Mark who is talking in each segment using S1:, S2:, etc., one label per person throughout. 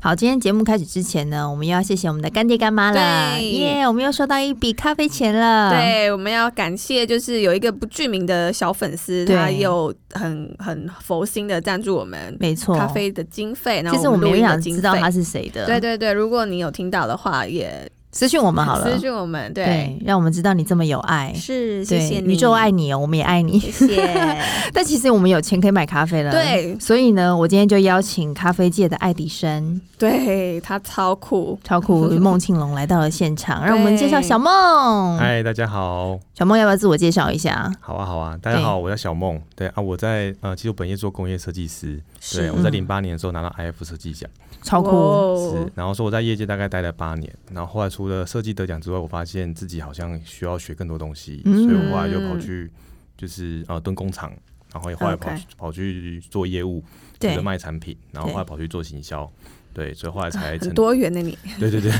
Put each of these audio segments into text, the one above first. S1: 好，今天节目开始之前呢，我们又要谢谢我们的干爹干妈了，
S2: 对
S1: 耶我们又收到一笔咖啡钱了。，
S2: 对，我们要感谢，就是有一个不具名的小粉丝，
S1: 对
S2: 他有很很佛心的赞助我们
S1: 没错，
S2: 咖。啡的经费，然后
S1: 其实我
S2: 我
S1: 们
S2: 录
S1: 也
S2: 音的
S1: 想
S2: 经
S1: 知道
S2: 费
S1: 他是谁的，
S2: 对，对对，如果你有听到的话，也
S1: 私讯我们好了，
S2: 私讯我们。对，
S1: 对，让我们知道你这么有爱。
S2: 是谢
S1: 对
S2: 谢你，
S1: 宇宙爱，你哦，我们也爱你。
S2: 谢谢。
S1: 但其实我们有钱可以买咖啡了，。
S2: 对
S1: 所以呢，我今天就邀请咖啡界的爱迪生、
S2: 对，他超酷，
S1: 超酷孟庆龙来到了现场，让我们
S2: 对
S1: 介绍小梦。
S3: 嗨，大家好，
S1: 小梦要不要自我介绍一下？
S3: 好啊，好啊，大家好，我叫小梦，对啊，我在呃，其实我本业做工业设计师，对，
S1: 嗯
S3: 我在零八年的时候拿到 IF 设计奖，
S1: 超酷，
S2: 酷
S3: 是，然后说我在业界大概待了八年，然后后来除了设计得奖之外，我发现自己好像需要学更多东西，
S1: 嗯
S3: 所以我后来就跑去就是呃蹲工厂，然后也后来跑
S2: OK
S3: 去跑去做业务，
S1: 对
S3: 或者卖产品，然后后来
S1: 对
S3: 跑去做行销，对，所以后来才
S2: 很
S3: 成，
S2: 多元 的你，
S3: 对对对，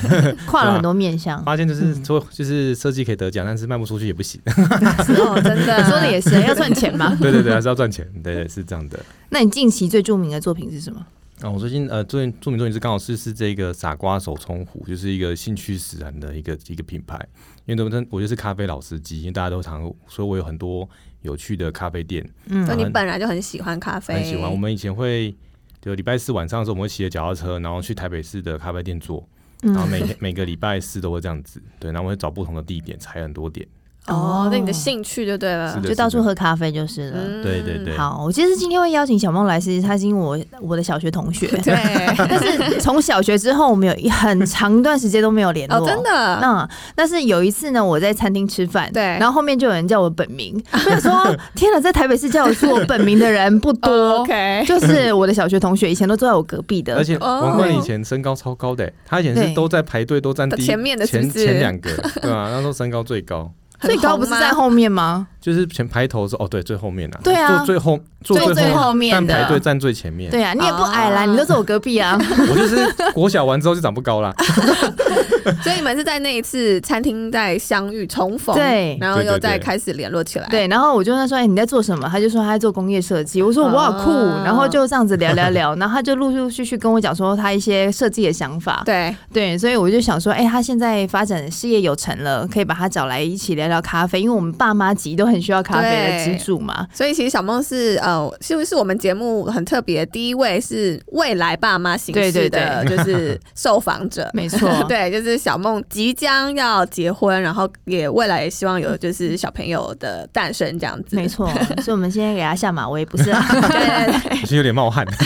S1: 跨了很多面向。
S3: 发现就是做就是设计可以得奖，但是卖不出去也不行，
S2: 哦，真的，
S1: 说的也是，要赚钱嘛。
S3: 对对对，还是要赚钱，对对是这样的。
S1: 那你近期最著名的作品是什么？
S3: 啊，我最近呃，最近著名作品是刚好是是这个傻瓜手冲壶，就是一个兴趣使然的一个一个品牌。因为我我就是咖啡老司机，因为大家都常，所以我有很多有趣的咖啡店，
S1: 嗯
S2: 就你本来就很喜欢咖啡，
S3: 很喜欢。我们以前会就礼拜四晚上的时候，我们会骑着脚踏车，然后去台北市的咖啡店做，
S2: 嗯
S1: 嗯
S3: 然后每天、每个礼拜四都会这样子，对，然后我会找不同的地点，踩很多点，
S2: 哦，那你的兴趣就对了
S3: 是。的
S1: 就到处喝咖啡就是
S2: 嗯
S1: 了。
S3: 对对对，
S1: 好，我其实今天会邀请小梦来，其实她是因为我我的小学同 学，
S2: 对，
S1: 但是从小学之后，我们有一很长一段时间都没有联络，
S2: 哦，真。的，
S1: 那但是有一次呢，我在餐厅吃饭，
S2: 对
S1: 然后后面就有人叫我本 名，我想说，天哪，在台北市叫我出我本名的人不 多，
S2: 哦 OK，
S1: 就是我的小学同学，以前都坐在我隔壁的，
S3: 而且
S2: 哦
S3: 王冠以前身高超高的、欸他以前
S1: 对
S3: 是都在排队都站第一
S2: 前面的是不
S3: 前
S2: 是
S3: 前两个，对啊，那时候身高最高。
S1: 最高不是在
S2: 很红吗
S1: 后面吗？
S3: 就是前排头是哦，对，最后面啊，
S1: 对啊
S3: 坐最后坐
S1: 坐最
S3: 最
S1: 后面
S3: 但
S1: 的
S3: 排队站最前面。
S1: 对啊，你也不矮啦，
S2: 啊
S1: 你都坐我隔壁啊。
S3: 我就是国小完之后就长不 高啦，
S2: 所以你们是在那一次餐厅在相遇重逢，
S1: 对
S2: 然后
S3: 对对
S2: 又再
S3: 对
S2: 开始联络起来，
S1: 对，然后我就问他说：“哎、你在做什么？”他就说他在做工业设计。我说：“哇，酷！”
S2: 哦
S1: 然后就这样子聊聊聊，然后他就陆陆续续跟我讲说他一些设计的想法。
S2: 对
S1: 对，所以我就想说，哎、他现在发展事业有成了，可以把他找来一起聊聊咖啡，因为我们爸妈级都很需要咖啡的支柱嘛。。
S2: 所以其实小梦是呃，是不是我们节目很特别？第一位是未来爸妈形式的，就是受访者
S1: 没错，
S2: 对，就是小梦即将要结婚，然后也未来也希望有就是小朋友的诞生这样子。
S1: 没错。所以我们现在给他下马威，不是、啊？
S2: 对对对
S3: 我是有点冒汗。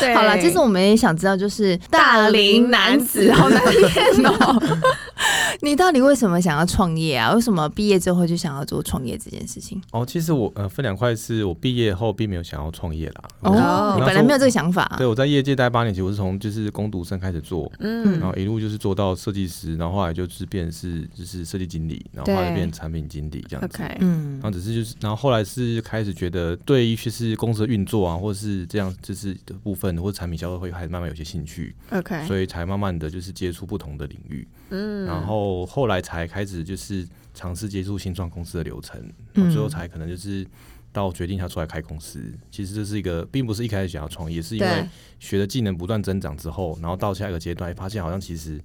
S2: 对，
S1: 好了，其实我们也想知道，就是
S2: 大龄男子
S1: 好难念哦。 你到底为什么想要创业啊？为什么毕业之后就想要做创业这件事情？
S3: 哦，其实我呃分两块，是我毕业后并没有想要创业啦。我是
S1: 哦，你本来没有这个想法。
S3: 对，我在业界待八年，其实我是从就是工读生开始做，
S2: 嗯
S3: 然后一路就是做到设计师，然后后来就是变是就是设计经理，然后
S2: 对
S3: 后来变成产品经理这样子。
S2: ，OK，
S1: 嗯
S3: 然后只是就是，然后后来是开始觉得对于就是公司的运作啊，或是这样就是的部分，或者产品销售会还慢慢有些兴趣。
S2: OK，
S3: 所以才慢慢的就是接触不同的领域，
S2: 嗯
S3: 然后后来才开始就是尝试接触新创公司的流程，
S1: 嗯
S3: 最后才可能就是到决定要出来开公司。其实这是一个，并不是一开始想要创业，是因为
S2: 对
S3: 学的技能不断增长之后，然后到下一个阶段发现好像其实，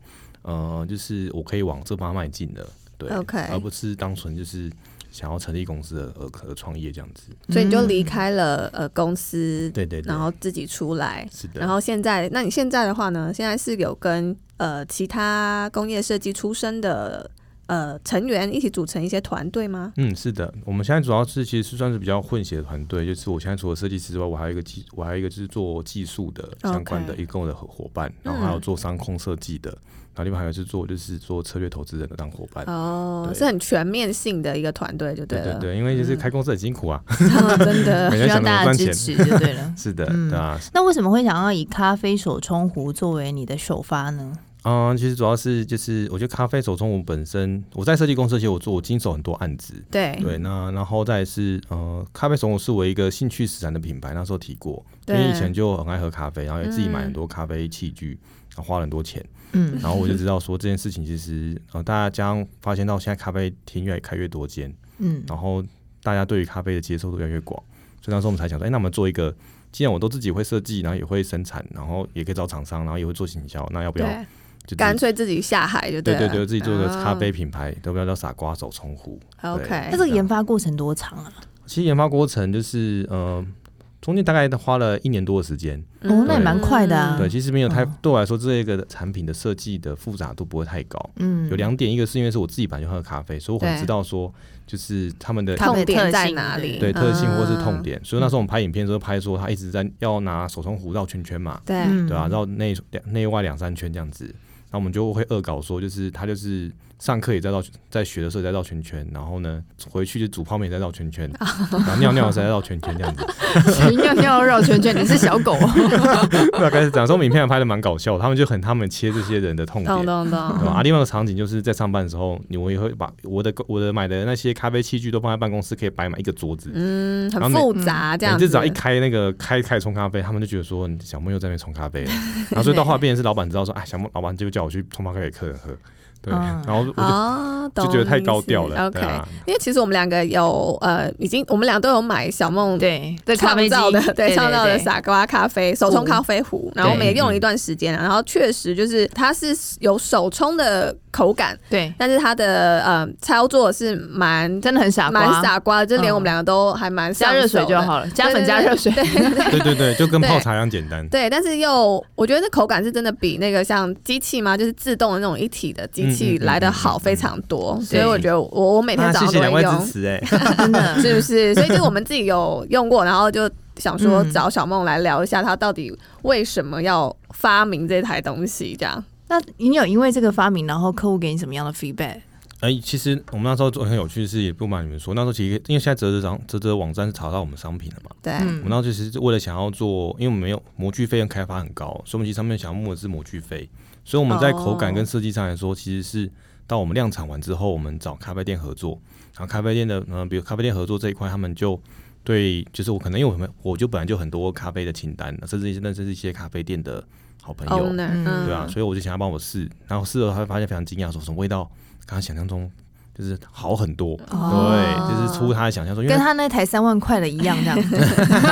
S3: 呃，就是我可以往这方面迈进了，对
S2: OK
S3: 而不是单纯就是想要成立公司而而而创业这样子。
S2: 所以你就离开了呃公司，
S3: 对对对，
S2: 然后自己出来，
S3: 是的，
S2: 然后现在，那你现在的话呢？现在是有跟呃其他工业设计出身的呃成员一起组成一些团队吗？
S3: 嗯，是的，我们现在主要是其实是算是比较混血的团队，就是我现在除了设计师之外，我还有一个技，我还有一个就是做技术的相关的
S2: OK
S3: 一个我的合伙伴，然后还有做商空设计的，然后另外还有是做就是做策略投资人的当伙伴。
S2: 哦，
S3: 呃对
S2: 是很全面性的一个团队，就
S3: 对
S2: 了。
S3: 对对，因为就是开公司很辛苦啊，
S2: 哦 真的。
S3: 每
S1: 需
S3: 天
S1: 要
S3: 想着
S1: 大家
S3: 么赚
S1: 支
S3: 钱。
S1: 持就
S3: 。
S1: 对了
S3: 是的，
S1: 嗯
S3: 对啊，
S1: 那为什么会想要以咖啡手冲壶作为你的首发呢？
S3: 嗯，其实主要是就是我觉得咖啡手冲，我本身我在设计公司，其实我做我经手很多案子，
S2: 对
S3: 对，那然后再来是呃，咖啡手冲是我一个兴趣使然的品牌，那时候提过，因为以前就很爱喝咖啡，然后也自己买很多咖啡器具，然后花了很多钱，
S1: 嗯，
S3: 然后我就知道说这件事情其实呃，大家将发现到现在咖啡厅越来开越多间，
S1: 嗯，
S3: 然后大家对于咖啡的接受度越来越广，所以那时候我们才想说，哎、那我们做一个，既然我都自己会设计，然后也会生产，然后也可以找厂商，然后也会做行销，那要不要
S2: 对，
S3: 就自己
S2: 干脆自己下海就
S3: 对
S2: 对
S3: 对对，自己做个咖啡
S2: 啊
S3: 品牌，要不要叫傻瓜手冲壶？
S2: OK，
S3: 对
S1: 那 这个研发过程多长啊？
S3: 其实研发过程就是呃，中间大概花了一年多的时间。
S2: 嗯
S1: 哦，那也蛮快的啊。
S3: 对，其实没有太
S1: 嗯
S3: 对我来说，这个产品的设计的复杂度不会太高。
S1: 嗯
S3: 有两点，一个是因为是我自己本来就喝咖啡，所以我很
S2: 对
S3: 知道说就是他们的
S1: 咖啡
S2: 痛点
S1: 特
S2: 在
S1: 性
S2: 哪里？
S3: 对特性或是痛
S2: 嗯，
S3: 点，所以那时候我们拍影片的时候拍说他一直在要拿手冲壶绕圈圈嘛，
S2: 对，
S1: 嗯
S3: 对啊，绕内两内外两三圈这样子。那我们就会恶搞说，就是他就是上课也在绕，在学的时候也在绕圈圈，然后呢回去就煮泡面也在绕圈圈，然后尿尿也在绕圈圈这样子。
S1: 尿尿绕圈圈，你是小狗，
S3: 大概是这样，所以我们影片还拍的蛮搞笑的，他们就很他们切这些人的痛点。
S2: 懂懂懂
S3: 对。吧？啊，另外一个场景就是在上班的时候，你我也会把我的我的买的那些咖啡器具都放在办公室，可以摆满一个桌子。哎
S2: 嗯，很
S3: 然后
S2: 复杂这样
S3: 每
S2: 子。
S3: 次只要一开那个开开始冲咖啡，他们就觉得说你小妹又在那边冲咖啡了。然后所以到后来变成是老板知道说，哎，小妹老板就叫我去冲咖啡给客人 喝。对，
S1: 嗯
S3: 然后我就、
S2: 哦，懂
S3: 就觉得太高调
S2: 意思
S3: 了。对
S2: OK，、
S3: 啊，
S2: 因为其实我们两个有呃，已经我们俩都有买小梦
S1: 对，对，咖
S2: 创
S1: 啡机
S2: 造的对创造的
S1: 对哦
S2: 傻瓜咖啡手冲
S1: 壶
S2: 咖啡壶，然后我们也用了一段时间啊，然后确实就是它是有手冲的口感，
S1: 对，
S2: 但是它的呃操作是蛮
S1: 真的很傻瓜，
S2: 蛮傻瓜的，就连
S1: 嗯
S2: 我们两个都还蛮
S1: 加
S2: 上
S1: 热水
S2: 手
S1: 就
S2: 的。
S1: 好了，加
S2: 对
S1: 粉
S2: 对
S1: 加
S2: 对
S1: 热水，
S3: 对对对，就跟
S2: 对
S3: 泡茶一样简单。
S2: 对，但是又我觉得那口感是真的比那个像机器嘛，就是自动的那种一体的机器
S3: 嗯嗯嗯
S2: 来的好
S3: 嗯嗯
S2: 非常多，所
S1: 对
S2: 以我觉得我我每天
S3: 那
S2: 早
S3: 谢
S2: 上
S3: 谢
S2: 都
S3: 两
S2: 会
S3: 位
S2: 用
S3: 支，持 哎、
S1: 真的
S2: 是不是？所以就是我们自己有用过，然后就想说
S1: 嗯
S2: 找小梦来聊一下，他到底为什么要发明这台东西？这样
S1: 那你有因为这个发明，然后客户给你什么样的 feedback？
S3: 哎、其实我们那时候做很有趣的是，也不瞒你们说，那时候其实因为现在折折商折折网站是查到我们商品了嘛，
S2: 对，
S1: 嗯
S3: 我们那时候就是为了想要做，因为我们没有模具费用开发很高，所以我们其实上面想要募的是模具费，所以我们在口感跟
S1: 哦
S3: 设计上来说，其实是到我们量产完之后，我们找咖啡店合作，然后咖啡店的嗯、呃比如咖啡店合作这一块，他们就对，就是我可能因为我们我就本来就很多咖啡的清单，甚至一些认识一些咖啡店的好朋友，
S2: owner，
S1: 嗯
S2: 嗯，
S3: 对啊，所以我就想要帮我试，然后试了他发现非常惊讶，说什么味道跟他想象中就是好很多。
S1: 哦
S3: 嗯对，就是出他的想象说，因为
S1: 跟他那台三万块的一样， 这样子。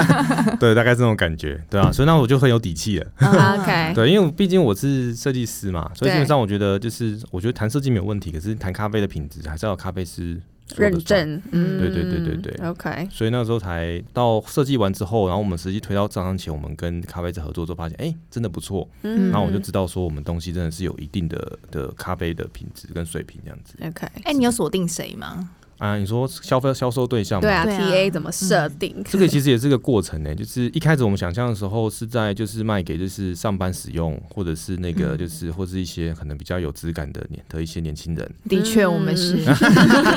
S3: 对，大概是这种感觉，
S2: 嗯
S3: 对啊，所以那我就很有底气
S2: 哎
S3: 了。
S1: 嗯
S2: 啊 OK
S3: 对，啊因为毕竟我是设计师嘛，所以基
S2: 对
S3: 本上我觉得就是，我觉得谈设计没有问题，可是谈咖啡的品质还是要有咖啡师说的
S2: 认
S3: 算。
S2: 证，
S1: 嗯
S2: 嗯，
S3: 对对对对对
S2: ，OK，
S3: 所以那时候才到设计完之后，然后我们实际推到账上前，我们跟咖啡师合作之后发现，哎、真的不错。
S2: 嗯，
S3: 然后我就知道说，我们东西真的是有一定的的咖啡的品质跟水平这样子。
S2: OK，
S1: 哎，你有锁定谁吗？
S3: 啊，你说消费销售对象嘛，
S2: 对啊
S1: 对啊
S2: ，TA 怎么设定？
S3: 嗯这个其实也是个过程呢、就是一开始我们想象的时候是在就是卖给就是上班使用，或者是那
S1: 嗯
S3: 个就是或是一些可能比较有质感的年的一些年轻人。
S1: 的确，我们是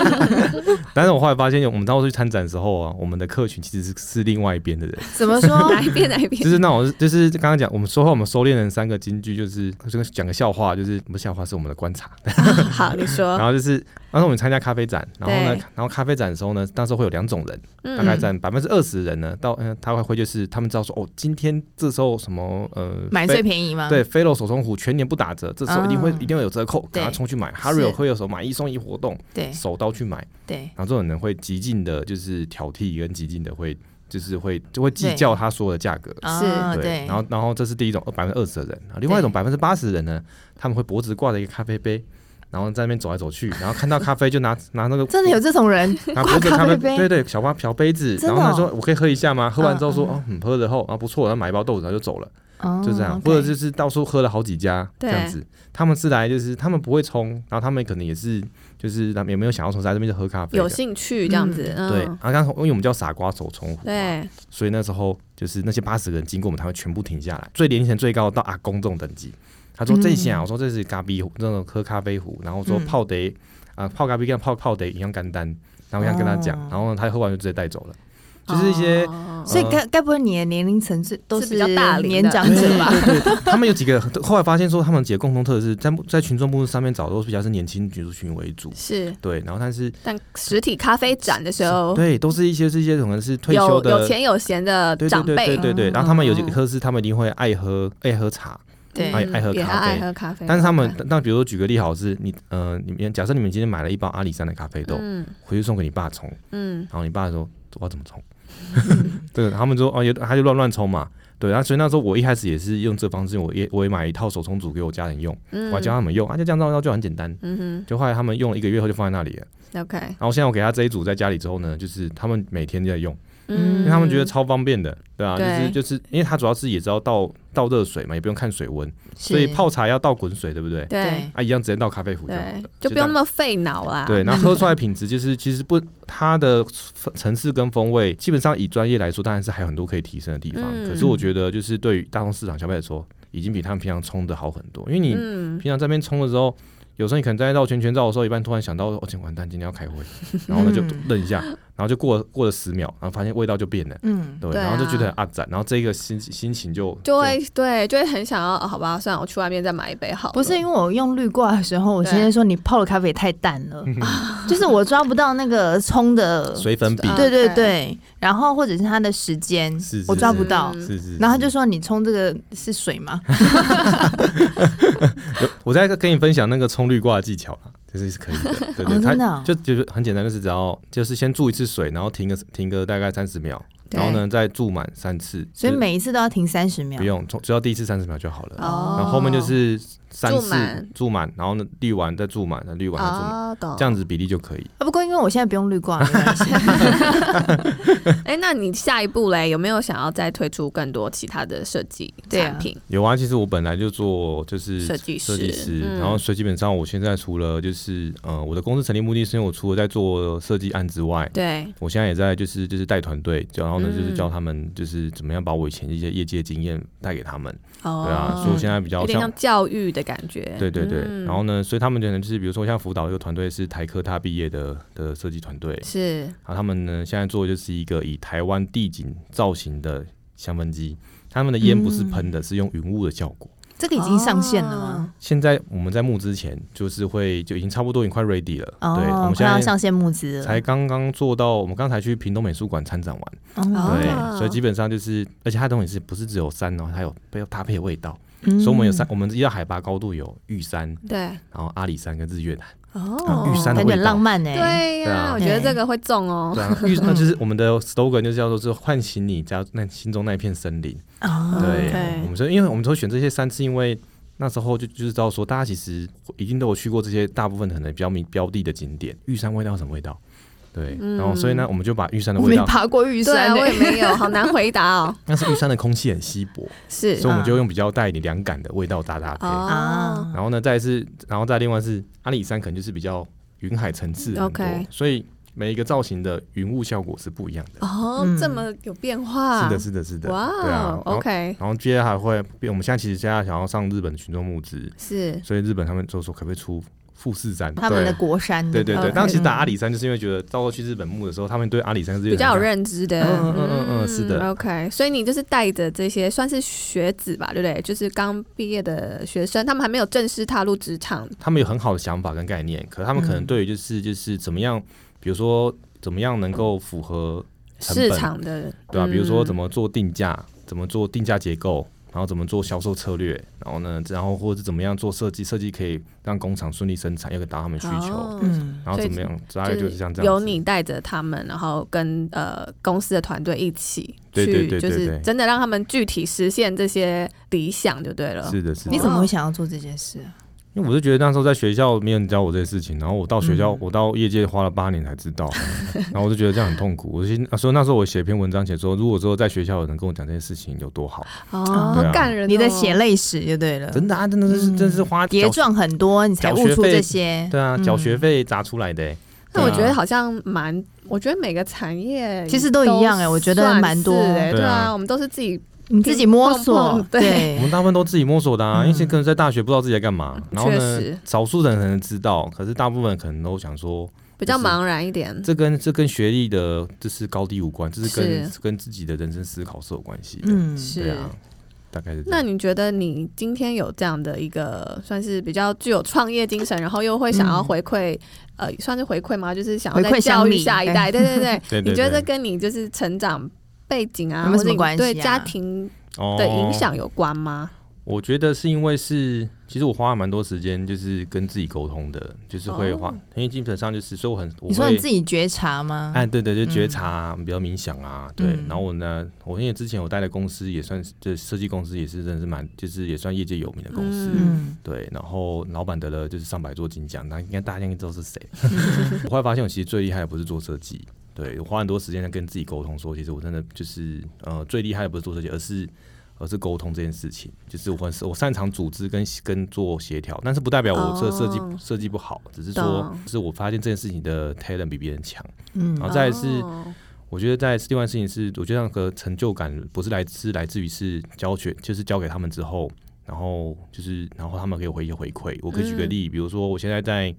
S3: 但是我后来发现，我们当时去参展的时候啊，我们的客群其实是是另外一边的人，
S1: 怎么说？
S2: 哪一边哪一边？
S3: 就是那种就是刚刚讲我们说话，我们收敛了三个金句，就是这个讲个笑话，就是不是笑话 是我们的观察，
S2: 哦好，你
S3: 然
S2: 说，
S3: 后就是当时我们参加咖啡展，然后呢
S2: 对，
S3: 然后咖啡展的时候呢，当时会有两种人，大概
S2: 嗯，
S3: 占百分之二十人呢，到嗯、他会会就是他们知道说哦，今天这时候什么呃
S1: 买
S3: 非
S1: 最便宜吗？
S3: 对，飞楼手冲壶全年不打折，这时候一定会、
S1: 啊嗯
S3: 一定会有折扣，
S1: 对
S3: 赶快冲去买。哈瑞尔会有什么买一送一活动，
S1: 对
S3: 手刀去买。
S1: 对，
S3: 然后这种人会极尽的，就是挑剔跟极尽的会，就是会就会计较他所有的价格。
S1: 啊对，
S3: 然后然后这是第一种哦百分之二十的人，然后另外一种百分之八十的人呢，他们会脖子挂着一个咖啡杯。然后在那边走来走去，然后看到咖啡就拿 拿那个
S1: 真的有这种人，
S3: 拿脖子
S1: 挂咖
S3: 咖
S1: 啡
S3: 啡
S1: 杯
S3: 对对小花小杯子，
S1: 真
S3: 然
S1: 的
S3: 后他
S1: 哦
S3: 说我可以喝一下吗？喝完之后说
S1: 嗯嗯
S3: 哦嗯喝了后啊不错，然后买一包豆子然后就走了。
S1: 哦
S3: 就这样，
S1: ，OK
S3: 或者就是到处喝了好几家这
S2: 对
S3: 样子。他们是来就是他们不会冲，然后他们可能也是就是他们也没有想要从在这边就喝咖啡的。
S2: 有兴趣这样子，
S3: 对，
S2: 嗯
S3: 然，后刚好因为我们叫傻瓜手冲壶，
S2: 对，
S3: 所以那时候就是那些八十个人经过我们，他会全部停下来，最年前最高到阿公这种等级。他说
S1: 嗯
S3: 这些啊，我说这是咖啡壶，那种喝咖啡壶，然后说
S1: 嗯
S3: 泡得啊、泡咖啡跟泡泡得一样干单，然后我想跟他讲，
S1: 哦
S3: 然后呢他喝完就直接带走了。就是一些、
S2: 哦
S1: 所以该该不会你的年龄层是都
S2: 是比较大龄的
S1: 年长
S3: 呃对
S1: 者吧？
S3: 对对，他们有几个，后来发现说他们几个共同特质，在在群众募资上面找都是比较是年轻族群为主，
S2: 是，
S3: 对，然后但是
S2: 但实体咖啡展的时候，
S3: 对，都是一些这些可能是退休
S2: 哦有
S3: 的
S2: 有钱有闲的
S3: 对
S2: 长
S3: 对对
S2: 辈，
S3: 对对对，
S1: 嗯
S3: 然后他们有几
S2: 嗯
S3: 个特质，他们一定会爱喝爱喝茶，
S1: 对
S3: 爱爱喝
S2: 也
S3: 咖
S2: 爱
S3: 啡
S2: 喝咖啡，
S3: 但是他们
S2: 对
S3: 那比如说举个例好是，你呃你们假设你们今天买了一包阿里山的咖啡豆，
S2: 嗯
S3: 回去送给你爸冲，
S2: 嗯，
S3: 然后你爸说我要怎么冲？ 对，他们说哦，也他就乱乱冲嘛。对，然后所以那时候我一开始也是用这方式，我也我也买一套手冲组给我家人用，
S2: 嗯
S3: 我还教他们用，啊就这样绕一绕就很简单。
S2: 嗯
S3: 就后来他们用了一个月后就放在那里了，
S2: 哼，OK，
S3: 然后现在我给他这一组在家里之后呢，就是他们每天在用，
S1: 嗯
S3: 因为他们觉得超方便的，对啊，
S2: 对
S3: 就是就是因为他主要是也知道倒倒热水嘛，也不用看水温，
S1: 所
S3: 所以泡茶要倒滚水，对不对？
S2: 对
S1: 对
S3: 啊，一样直接倒咖啡壶就好
S2: 对啊
S3: 了，，
S2: 就不用那
S3: 这样
S2: 么费脑啦，
S3: 对，然后喝出来的品质就是，其实不，它的层次跟风味，基本上以专业来说，当然是还有很多可以提升的地方。
S2: 嗯
S3: 可是我觉得，就是对于大众市场消费来说，已经比他们平常冲的好很多。因为你
S2: 嗯，
S3: 平常在那边冲的时候，有时候你可能在绕圈圈绕的时候，一半突然想到，哦，今天完蛋，今天要开 会，然后呢就
S1: 嗯
S3: 愣一下，然后就过了过了十秒，然后发现味道就变了，
S1: 嗯，
S3: 对，
S2: 对啊
S3: 然后就觉得很阿展，然后这个心心情就
S2: 就会对，就会很想要，哦好吧，算了，我去外面再买一杯好了，
S1: 不是因为我用滤挂的时候，我先生说你泡的咖啡也太淡 了，就是我抓不到那个冲的，
S3: 水粉笔
S2: 啊
S1: 对对
S2: OK
S1: 对，然后或者是它的时间
S3: 是是
S1: 我抓不
S3: 是
S1: 到
S2: 嗯。
S3: 是是，
S1: 然后他
S3: 是
S1: 就说：“你冲这个是水吗？
S3: 有我在跟你分享那个冲滤挂的技巧啦，就是是可以的，对
S1: 哦
S3: 对，它
S1: 真的哦
S3: 就就是很简单，就是只要就是先注一次水，然后停个停个大概三十秒，
S2: 对
S3: 然后呢再注满三次，
S1: 所以
S3: 就是
S1: 每一次都要停三十秒
S3: 不。用，从只要第一次三十秒就好了，
S2: 哦，
S3: 然后后面就是三
S2: 注
S3: 次
S2: 满
S3: 注满，然后呢滤完再注满，再滤完再注满，
S2: 哦，懂
S3: 这。样子比例就可以。
S1: 啊，不过因为我现在不用滤挂，没关系
S2: 哎，那你下一步嘞，有没有想要再推出更多其他的设计
S1: 对啊
S2: 产品？
S3: 有啊，其实我本来就做就是
S2: 设计师
S3: 设计师，
S2: 嗯
S3: 然后所以基本上我现在除了就是呃我的公司成立目的是因为我除了在做设计案之外，
S2: 对，
S3: 我现在也在就是就是带团队，就然后呢
S2: 嗯
S3: 就是教他们就是怎么样把我以前一些业界经验带给他们，
S2: 哦，
S3: 对啊，所以我现在比较
S2: 有点
S3: 像
S2: 像。教育的感觉，
S3: 对对对，
S2: 嗯
S3: 然后呢，所以他们可能就是，比如说像辅导一个团队是台科大毕业的的设计团队，
S2: 是
S3: 然后他们呢现在做的就是一个以台湾地景造型的香氛机，他们的烟不是喷的，是用云雾的效果。
S1: 这个已经上线了吗？
S3: 现在我们在募之前，就是会就已经差不多已经快 ready 了，对，我
S1: 哦
S3: 们，
S1: 快
S3: 现
S1: 要
S3: 在
S1: 上线募资了
S3: 才。刚刚做到，我们刚才去屏东美术馆参展完。
S1: 哦
S2: 啊
S3: 对，所以基本上就是，而且它的东西是不是只有山哦，它有它有搭配的味道，
S1: 嗯
S3: 所以我们有山，我们依照海拔高度有玉山，
S2: 对
S3: 然后阿里山跟日月潭，
S2: 哦
S3: 啊，玉山的
S1: 感觉
S3: 味道
S1: 很浪漫欸呢。
S2: 对
S3: 对
S2: 呀，
S3: 啊
S2: 我觉得这个会中哦
S3: 对，啊，玉那就是我们的 slogan 就是叫做是唤醒你家那心中那一片森林，
S1: 哦
S3: 对
S1: OK
S3: 我们说，因为我们说选这些山是因为。那时候就就知道说，大家其实一定都有去过这些大部分可能比较名标的的景点。玉山味道是什么味道？对，然后所以呢，我们就把玉山的
S1: 我
S3: 味
S1: 没
S3: 道，
S1: 爬过玉
S2: 对
S1: 山
S2: 啊，
S1: 呢
S2: 我。也没有，好难回答哦，
S3: 但是玉山的空气很稀薄，
S2: 是
S3: 所以我们就用比较带一点凉感的味道搭搭配。
S2: 哦，
S1: 啊
S3: 然后呢，再来是，然后再另外是阿里山，可能就是比较云海层次很多
S2: OK
S3: 所以每一个造型的云雾效果是不一样的。
S2: 哦，这么有变化，
S3: 是的，是的，是
S2: 啊
S3: 的，
S2: 哇
S3: 对啊
S2: 哦。
S3: 然后
S2: ，OK，
S3: 然后接下来还会，我们现在其实现在想要上日本的群众募资，
S2: 是
S3: 所以日本他们就说可不可以出富士山？
S1: 他们的
S3: 对。
S1: 国山，
S3: 对对对，
S2: OK
S3: 当时其实打阿里山，就是因为觉得到时候去日本募的时候，他们对阿里山是
S2: 比较有
S3: 很
S2: 认知的，
S3: 嗯嗯嗯嗯是的
S2: OK，所以你就是带着这些算是学子吧，对不对？就是刚毕业的学生，他们还没有正式踏入职场，
S3: 他们有很好的想法跟概念，可是他们可能
S1: 嗯
S3: 对于就是就是怎么样，比如说怎么样能够符合成
S2: 市
S3: 本
S2: 场的
S3: 对吧、啊比如说怎
S2: 么
S3: 么做定价，怎么做定价结构，然后怎么做销售策略，然后呢，然后或者是怎么样做设计，设计可以让工厂顺利生产，要给达到他们需求，
S2: 哦
S1: 嗯，
S3: 然后怎么样，大概就是像这样
S2: 有
S3: 子
S2: 你带着他们，然后跟呃公司的团队一起
S3: 对对对对
S2: 去，就
S3: 对
S2: 是真的让他们具体实现这些理想就对了。
S3: 是的，是的
S1: 你，怎么会想要做这件事啊？
S3: 因为我就觉得那时候在学校没有人教我这些事情，然后我到学校，
S1: 嗯
S3: 我到业界花了八年才知道，然后我就觉得这样很痛苦。我心啊所以那时候我写一篇文章，写说如果说在学校有人跟我讲这些事情有多好，
S2: 哦，
S3: 对啊
S2: 好感人、哦！
S1: 你的血泪史就对了，
S3: 真的啊，真的是、真是花
S1: 跌
S3: 缴
S1: 撞很多，你才
S3: 缴
S1: 悟
S3: 学
S1: 出
S3: 费
S1: 这些。
S3: 对啊，
S1: 嗯
S3: 缴学费砸出来的、欸，
S2: 但我觉
S3: 对
S2: 得
S3: 啊
S2: 好像蛮，我觉得每个产业
S1: 其实都一样哎我觉得
S2: 算
S1: 蛮多
S2: 是哎，
S3: 对
S2: 对
S3: 啊
S2: 啊，我们都是自己
S1: 你自己摸
S2: 碰
S1: 索
S2: 碰，对
S3: 我
S1: 对，
S3: 们大部分都自己摸索的、啊，
S1: 嗯
S3: 因为可能在大学不知道自己在干嘛，然后
S2: 嗯确
S3: 呢
S2: 实，
S3: 少数人可能知道，可是大部分可能都想说，
S2: 比较
S3: 就是
S2: 茫然一点。
S3: 这跟这跟学历的这是高低无关，这是跟
S2: 是
S3: 跟自己的人生思考是有关系的。
S1: 嗯，
S3: 对
S2: 是，
S3: 啊，大概是这
S2: 那
S3: 样。
S2: 你觉得你今天有这样的一个算是比较具有创业精神，然后又会想要
S1: 嗯
S2: 回馈，呃，算是回馈吗？就是想要
S1: 回
S2: 再
S1: 馈乡
S2: 教育
S1: 里
S2: 下一代，对对对。
S3: 对对
S2: 你觉得
S3: 对
S2: 这跟你就是成长背景啊，
S1: 有没有
S2: 或
S1: 什
S2: 者
S1: 么
S2: 你
S1: 关系
S2: 对
S1: 啊
S2: 家庭
S3: 哦
S2: 的影响有关吗？
S3: 我觉得是因为是，其实我花了蛮多时间，就是跟自己沟通的，就是会
S2: 哦
S3: 花，因为基本上就是，所以我很，我
S1: 你说你
S3: 会
S1: 自，己觉察吗？
S3: 哎，对对，就觉察啊、比较冥想啊，对。
S1: 嗯
S3: 然后我呢，我因为之前我待的公司也算是，这设计公司也是真的是蛮，就是也算业界有名的公司，
S1: 嗯，
S3: 对。然后老板得了就是上百座金奖，那应该大家应该知道 是谁。我后来发现，我其实最厉害的不是做设计，对我花很多时间在跟自己沟通说，其实我真的就是呃最厉害的不是做设计，而是而是沟通这件事情。就是我很我擅长组织跟跟做协调，但是不代表我这
S2: 哦
S3: 设计设计不好，只是说
S2: 懂
S3: 就是我发现这件事情的 talent 比别人强。
S1: 嗯
S3: 然后再来是
S2: 哦
S3: 我觉得在另外事情是，我觉得那个成就感不是来自来自于是教学，就是交给他们之后，然后就是然后他们给我回一些回馈。我可以举个
S2: 嗯
S3: 例，比如说我现在在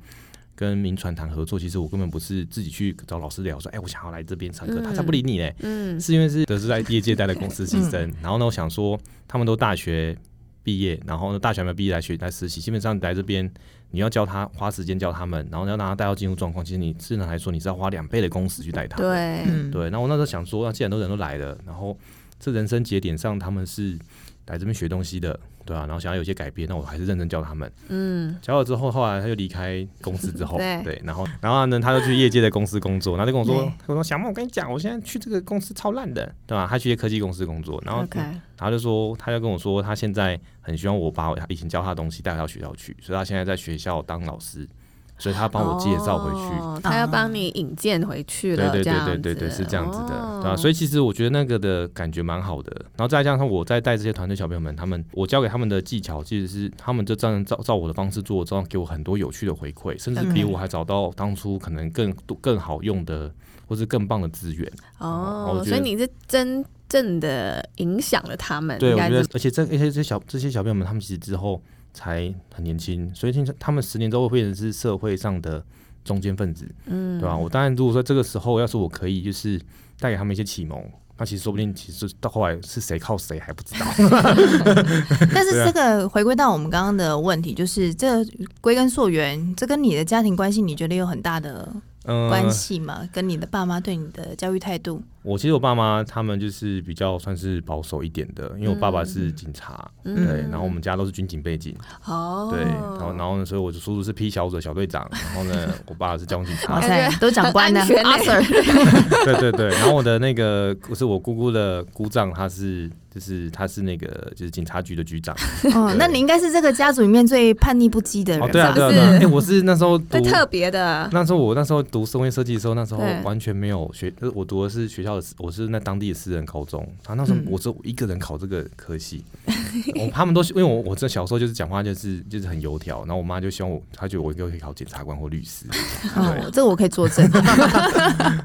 S3: 跟民传谈合作，其实我根本不是自己去找老师聊说，哎，我想要来这边上课，他才不理你嘞，
S2: 嗯，
S3: 是因为是得是在业界待的公司新生。然后呢，我想说他们都大学毕业，然后呢大学还没毕业来学来实习，基本上你来这边。你要教他花时间教他们，然后要让他带到进入状况。其实你自然来说，你是要花两倍的工时去带他们。
S2: 对，
S1: 嗯，
S3: 对，那我那时候想说，那既然都人都来了，然后这人生节点上他们是来这边学东西的，对啊，然后想要有一些改变，那我还是认真教他们。
S2: 嗯，
S3: 教了之后，后来他就离开公司之后，
S2: 对
S3: 然后然后呢，他就去业界的公司工作，然后就跟我说
S1: 对，
S3: 我说小梦，我跟你讲，我现在去这个公司超烂的，对吧、他去一些科技公司工作，然后
S2: OK，
S3: 他就说，他就跟我说，他现在很希望我把我以前教他的东西带到学校去，所以他现在在学校当老师，所以他帮我介绍回去。
S2: 哦他要
S1: 嗯
S2: 帮你引荐回去
S3: 对
S2: 了，
S3: 对
S2: 这样哦
S3: 对对对对，是这样子的，对啊，所
S2: 以
S3: 以其实我觉得那个的感觉蛮好的。然后再加上我在带这些团队小朋友们，他们我教给他们的技巧，其实是他们就这样照照我的方式做，这样给我很多有趣的回馈，甚至
S1: OK
S3: 比我还找到当初可能更多更好用的或是更棒的资源。哦
S2: 哦
S3: 我，觉
S2: 所
S3: 得
S2: 以你是真正的影响了他们，
S3: 对，
S2: 应
S3: 我
S2: 该
S3: 觉
S2: 是
S3: 得，而且这而且这些小这些小朋友们，他们其实之后才很年轻，所以现在他们十年之后会变成是社会上的中间分子。
S2: 嗯
S3: 对吧、我当然，如果说这个时候要是我可以，就是带给他们一些启蒙，那其实说不定，其实到后来是谁靠谁还不 知道。
S1: 但是
S3: 对
S1: 这
S3: 啊
S1: 个回归到我们刚刚的问题，就是这归根溯源，这跟你的家庭关系，你觉得有很大的
S3: 嗯，
S1: 关系吗？跟你的爸妈对你的教育态度？
S3: 我其实我爸妈他们就是比较算是保守一点的，因为我爸爸是警察，
S2: 嗯
S3: 对，然后我们家都是军警背景，
S2: 哦，
S3: 对，然后然后呢，所以我就叔叔是 P 小组的小队长，然后呢，我爸是交通警察
S1: 哇，塞，都长官呢
S2: 很安 全欸
S1: Arthur
S3: 对对对，然后我的那个我是我姑姑的姑丈，他是就是他是那个就是警察局的局长，
S1: 哦，那你应该是这个家族里面最叛逆不羁的人
S3: 哦
S1: 吧？
S3: 对啊对啊
S2: 是
S3: 对啊，哎我是那时候读
S2: 最特别的，
S3: 那时候我那时候读工业设计的时候，那时候
S2: 对
S3: 完全没有学，就是我读的是学校的私，我是那当地的私人高中。然后那时候
S1: 嗯
S3: 我只有一个人考这个科系，我他们都因为我我这小时候就是讲话就是就是很油条，然后我妈就希望我，她觉得我应该可以考检察官或律师，
S1: 哦，这个我可以作 证。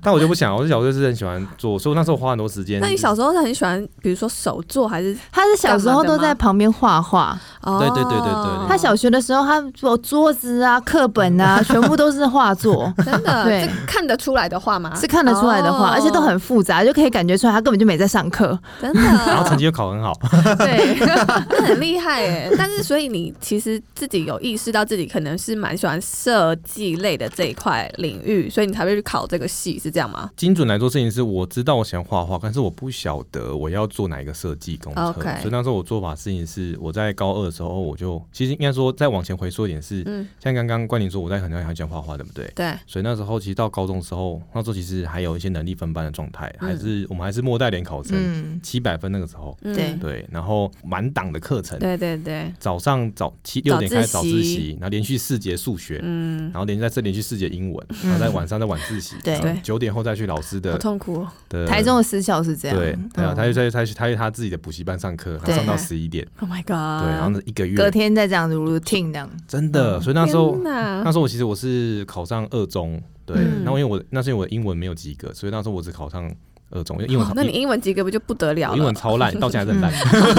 S3: 但我就不想，我就小时候就是很喜欢做，所以我那时候花很多时间。
S2: 那你小时候是很喜欢，比如说手作还是？
S1: 他是小时候都在旁边画画，
S2: 哦
S3: 对对对对对
S1: 他小学的时候，他做桌子啊、课本啊，
S3: 嗯
S1: 全部都是画 作。
S2: 真 的，
S1: 对
S2: 这看得出来的话吗？
S1: 是看得出来的画，
S2: 哦
S1: 而且都很复杂，就可以感觉出来他根本就没在上课。
S2: 真的，
S3: 然后成绩又考很好，
S2: 对，那很厉害耶。但是，所以你其实自己有意识到自己可能是蛮喜欢设计类的这一块领域，所以你才会去考这个系，是这样吗？
S3: 精准来做事情是，我知道我想画画，但是我不晓得我要做哪一个设计工程。
S2: OK
S3: 所以那时候我做法事情是，我在高二的时候，我就其实应该说再往前回溯一点是，
S2: 嗯
S3: 像刚刚冠霖说，我在很很很喜欢画画，对不对？
S2: 对，
S3: 所以那时候其实到高中的时候，那时候其实还有一些能力分班的状态，
S2: 嗯
S3: 还是我们还是末代联考生，
S1: 嗯，
S3: 七百、分那个时候，
S2: 嗯
S1: 对
S3: 对，然后满档的课程，
S2: 对对对，
S3: 早上早七六点开始早
S2: 早
S3: 自
S2: 自习
S3: 习，然后连续四节数学，
S2: 嗯，
S3: 然后连在这连续四节英文，然后在晚上在晚自习，
S1: 对
S3: 然后九点后再去老师
S2: 好
S3: 的
S2: 痛苦哦，
S3: 的
S1: 台中的私校是这样，
S3: 对对啊，
S1: 嗯
S3: 他就在他去他去他自己的补习班上课，然后
S1: 对
S3: 上到十一点，
S2: Oh my
S3: 对，
S2: god！
S3: 然后那一个
S1: 隔
S3: 月
S1: 天再这样子 routine 这样，
S3: 真的，所以那时候
S2: 天
S3: 那
S2: 哪，
S3: 时候我其实我是考上二中，对，
S1: 嗯
S3: 那因为我那时候我英文没有及格，所以那时候我只考上二中，因为英文
S2: 哦
S3: 超
S2: 那你英文及格不就不得了
S3: 我
S2: 了？
S3: 英文超烂，到现在还是很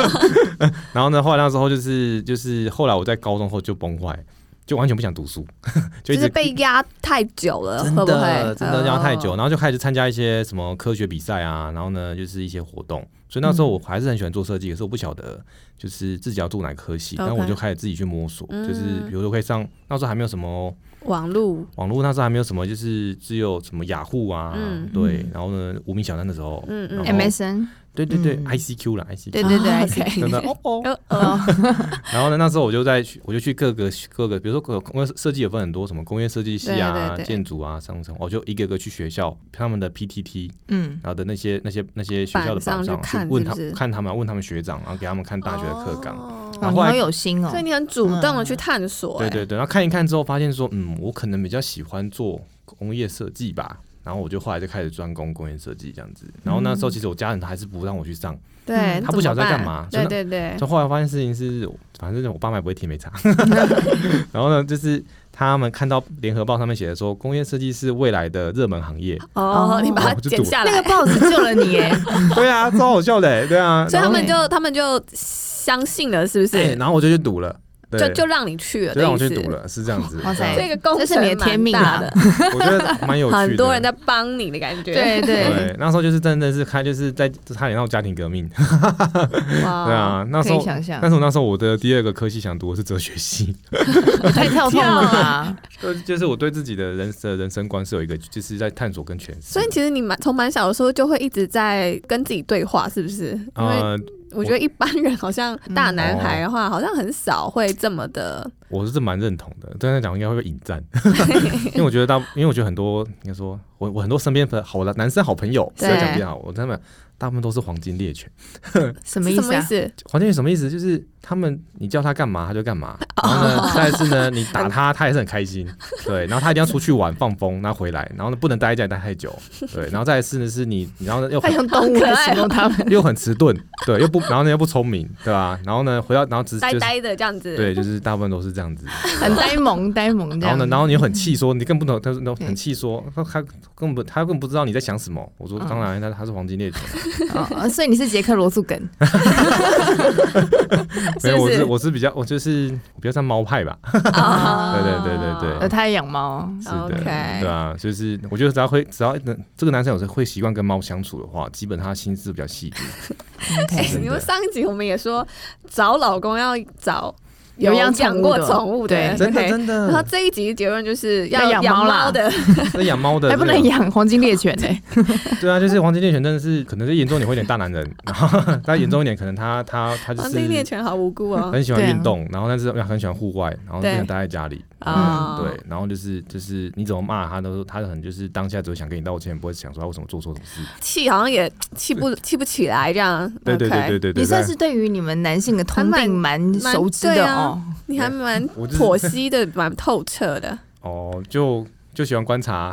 S3: 烂。然后呢，后来那时候就是就是后来我在高中后就崩坏，就完全不想读书，
S2: 就
S3: 就一直
S2: 是被压太久了，
S3: 真
S2: 会不
S3: 的
S2: 会
S3: 真的要太久，
S2: 哦
S3: 然后就开始参加一些什么科学比赛啊，然后呢就是一些活动，所以那时
S2: 嗯
S3: 候我还是很喜欢做设计，可是我不晓得就是自己要做哪个科系，然后我
S2: OK
S3: 就开始自己去摸索，
S2: 嗯
S3: 就是比如说可以上那时候还没有什么
S2: 网 路，
S3: 网络，那时候还没有什么就是只有什么雅虎啊，
S2: 嗯
S3: 对
S1: 嗯，
S3: 然后呢无名小站的时候，
S2: 嗯
S3: 然
S2: 嗯
S3: 后
S1: ，MSN，
S3: 对对对
S1: 嗯
S3: ，ICQ 啦 ICQ，
S1: 对对对
S2: 哦
S1: ，ICQ
S3: 真的哦哦，
S2: 呃呃，
S3: 然后呢，那时候我就在去，我就去各个各个，比如说工业设计有分很多什么工业设计系啊、
S2: 对对对
S3: 建筑啊、商城，我就一个个去学校他们的 PTT，
S1: 嗯，
S3: 然后的那些那些那些学校的
S2: 板上
S3: 榜上
S2: 去看
S3: 去问
S2: 是
S3: 他
S2: 不是
S3: 看他们问他们学长，然后给他们看大学的课纲。
S1: 哦，
S3: 然
S1: 你
S3: 啊后后来
S1: 好有心哦
S2: 所以，你很主动的去探索、
S3: 嗯对
S2: 欸，
S3: 对对，然后看一看之后发现说，嗯，我可能比较喜欢做工业设计吧。然后我就后来就开始专攻工业设计这样子。然后
S2: 嗯
S3: 那时候其实我家人还是不让我去上，
S2: 对
S1: 嗯
S2: 那
S3: 他不晓得在
S2: 怎么
S3: 干嘛
S2: 办
S3: 真的
S2: 对对对，
S3: 就后来发现事情是，反正我爸妈也不会 听没差。然后呢，就是他们看到联合报上面写的说，工业设计是未来的热门行 业。
S2: 哦，你把它
S3: 哦就
S2: 剪
S3: 堵
S2: 下
S1: 那
S2: 来，
S1: 个报纸救了你 耶，
S3: 对啊，超好笑的、欸，对啊。
S2: 所以
S3: 然
S2: 他
S3: 后
S2: 们
S1: 然
S2: 就他们就相信了，是不
S3: 对，
S2: 是？
S3: 然后我就去赌了，对
S2: 就就让你去了，
S3: 就让我去
S2: 的意思哎
S3: 赌。了，是这样子。
S1: 哇塞
S3: 对
S2: 这个工
S1: 这是你的
S2: 程蛮
S1: 天命
S2: 大
S1: 啊
S2: 的，
S3: 我觉得 蛮有趣的。
S2: 很多人在帮你的感觉。
S1: 对对，
S3: 对，那时候就是真的是开，就是在差点闹家庭革命。
S2: 哇哦
S3: 对，啊，那时
S1: 可以
S3: 候，
S1: 想象
S3: 但，是我那时候我的第二个科系想读的是哲学系。
S1: 也太跳痛了
S2: 啊
S1: 吧？
S3: 就是就是我对自己的人的人生观是有一个，就是在探索跟诠释。
S2: 所以其实你蛮从蛮小的时候就会一直在跟自己对话，是不是？因为
S3: 呃，
S2: 我觉得一般人好像大男
S3: 嗯
S2: 孩的
S1: 哦
S2: 话，好像很少会这么的。
S3: 我是蛮认同的，但是讲应该会被引战， 因为我觉得大，因为我觉得很多应该说，我我很多身边的好的男生好朋友，不
S2: 对
S3: 要讲别人好，我他们大部分都是黄金猎犬。
S1: 什么意
S2: 什
S1: 思
S2: 么意
S1: 啊？
S2: 思？
S3: 黄金猎犬什么意思？就是他们你叫他干嘛他就干嘛，
S2: 哦
S3: 然后呢，但是 呢你打他他也是很开心，对，然后他一定要出去玩放风，然后回来，然后呢不能待在家里待太久，对，然后再来是呢是你，然后呢又
S1: 他
S3: 很
S1: 用动物来形容他们，
S3: 又很迟钝，对，又不然后呢又不聪明，对吧？然后呢回到然后只
S2: 呆
S3: 就是
S2: 呆的这样子。
S3: 对，就是大部分都是这样子。
S1: 很呆萌呆萌这
S3: 然
S1: 样
S3: 后呢，。然后你又很气说，你更不懂，他说
S1: 对
S3: 很气说，他他根本他根本不知道你在想什么。我说
S1: 嗯
S3: 当然，他他是黄金 猎犬，
S1: 哦，所以你是杰克罗素梗，
S3: 啊没
S2: 是
S3: 有，
S2: 不
S3: 我
S2: 是
S3: 是我是比较我就是比较像猫派吧，
S1: 哦
S2: 啊
S3: 对对对对
S1: 呃，他也养猫，
S3: 是的，
S2: OK
S3: 对啊，就是我觉得只要会只要能这个男生有时候会习惯跟猫相处的话，基本他心思比较细腻，
S2: 哎
S1: OK
S2: 你
S3: 真
S2: 们
S3: 的
S2: 上一集我们也说，找老公要找
S1: 有养
S2: 养
S1: 宠物
S2: 过
S1: 的
S2: 宠物的
S1: 哎对
S2: 人，
S3: 真的
S2: OK
S3: 真的。
S2: 然 后这一集结论就是
S1: 要
S2: 要
S1: 养猫
S2: 养
S1: 啦
S2: 猫的，
S3: 那养猫的
S1: 还不
S3: 这个
S1: 能养黄金猎犬呢。
S3: 对啊，就是黄金猎犬真的是可能是严重一点会有点大男人，然后他严重一点可能他他他就
S2: 黄
S3: 是
S2: 金猎犬好无辜哦。
S3: 很喜欢
S1: 对啊
S3: 运动，然后但是很喜欢户外，然后就
S2: 对
S3: 想待在家里。
S1: 哦
S3: 嗯
S2: 啊，
S3: 对，然后就是就是你怎么骂他都，他可能就是当下只会想跟你道歉，不会想说他为什么做错什么事。
S2: 气好像也气不气不起来这样。
S3: 对对
S2: OK
S3: 对对对对，
S1: 你算是对于你们男性的通
S2: 还
S1: 病
S2: 蛮
S1: 蛮熟知
S2: 蛮对
S1: 的
S2: 啊
S1: 哦。
S2: 你还蛮
S3: 我就是
S2: 剖析的，蛮透彻的。
S3: 哦，就就喜欢 观察，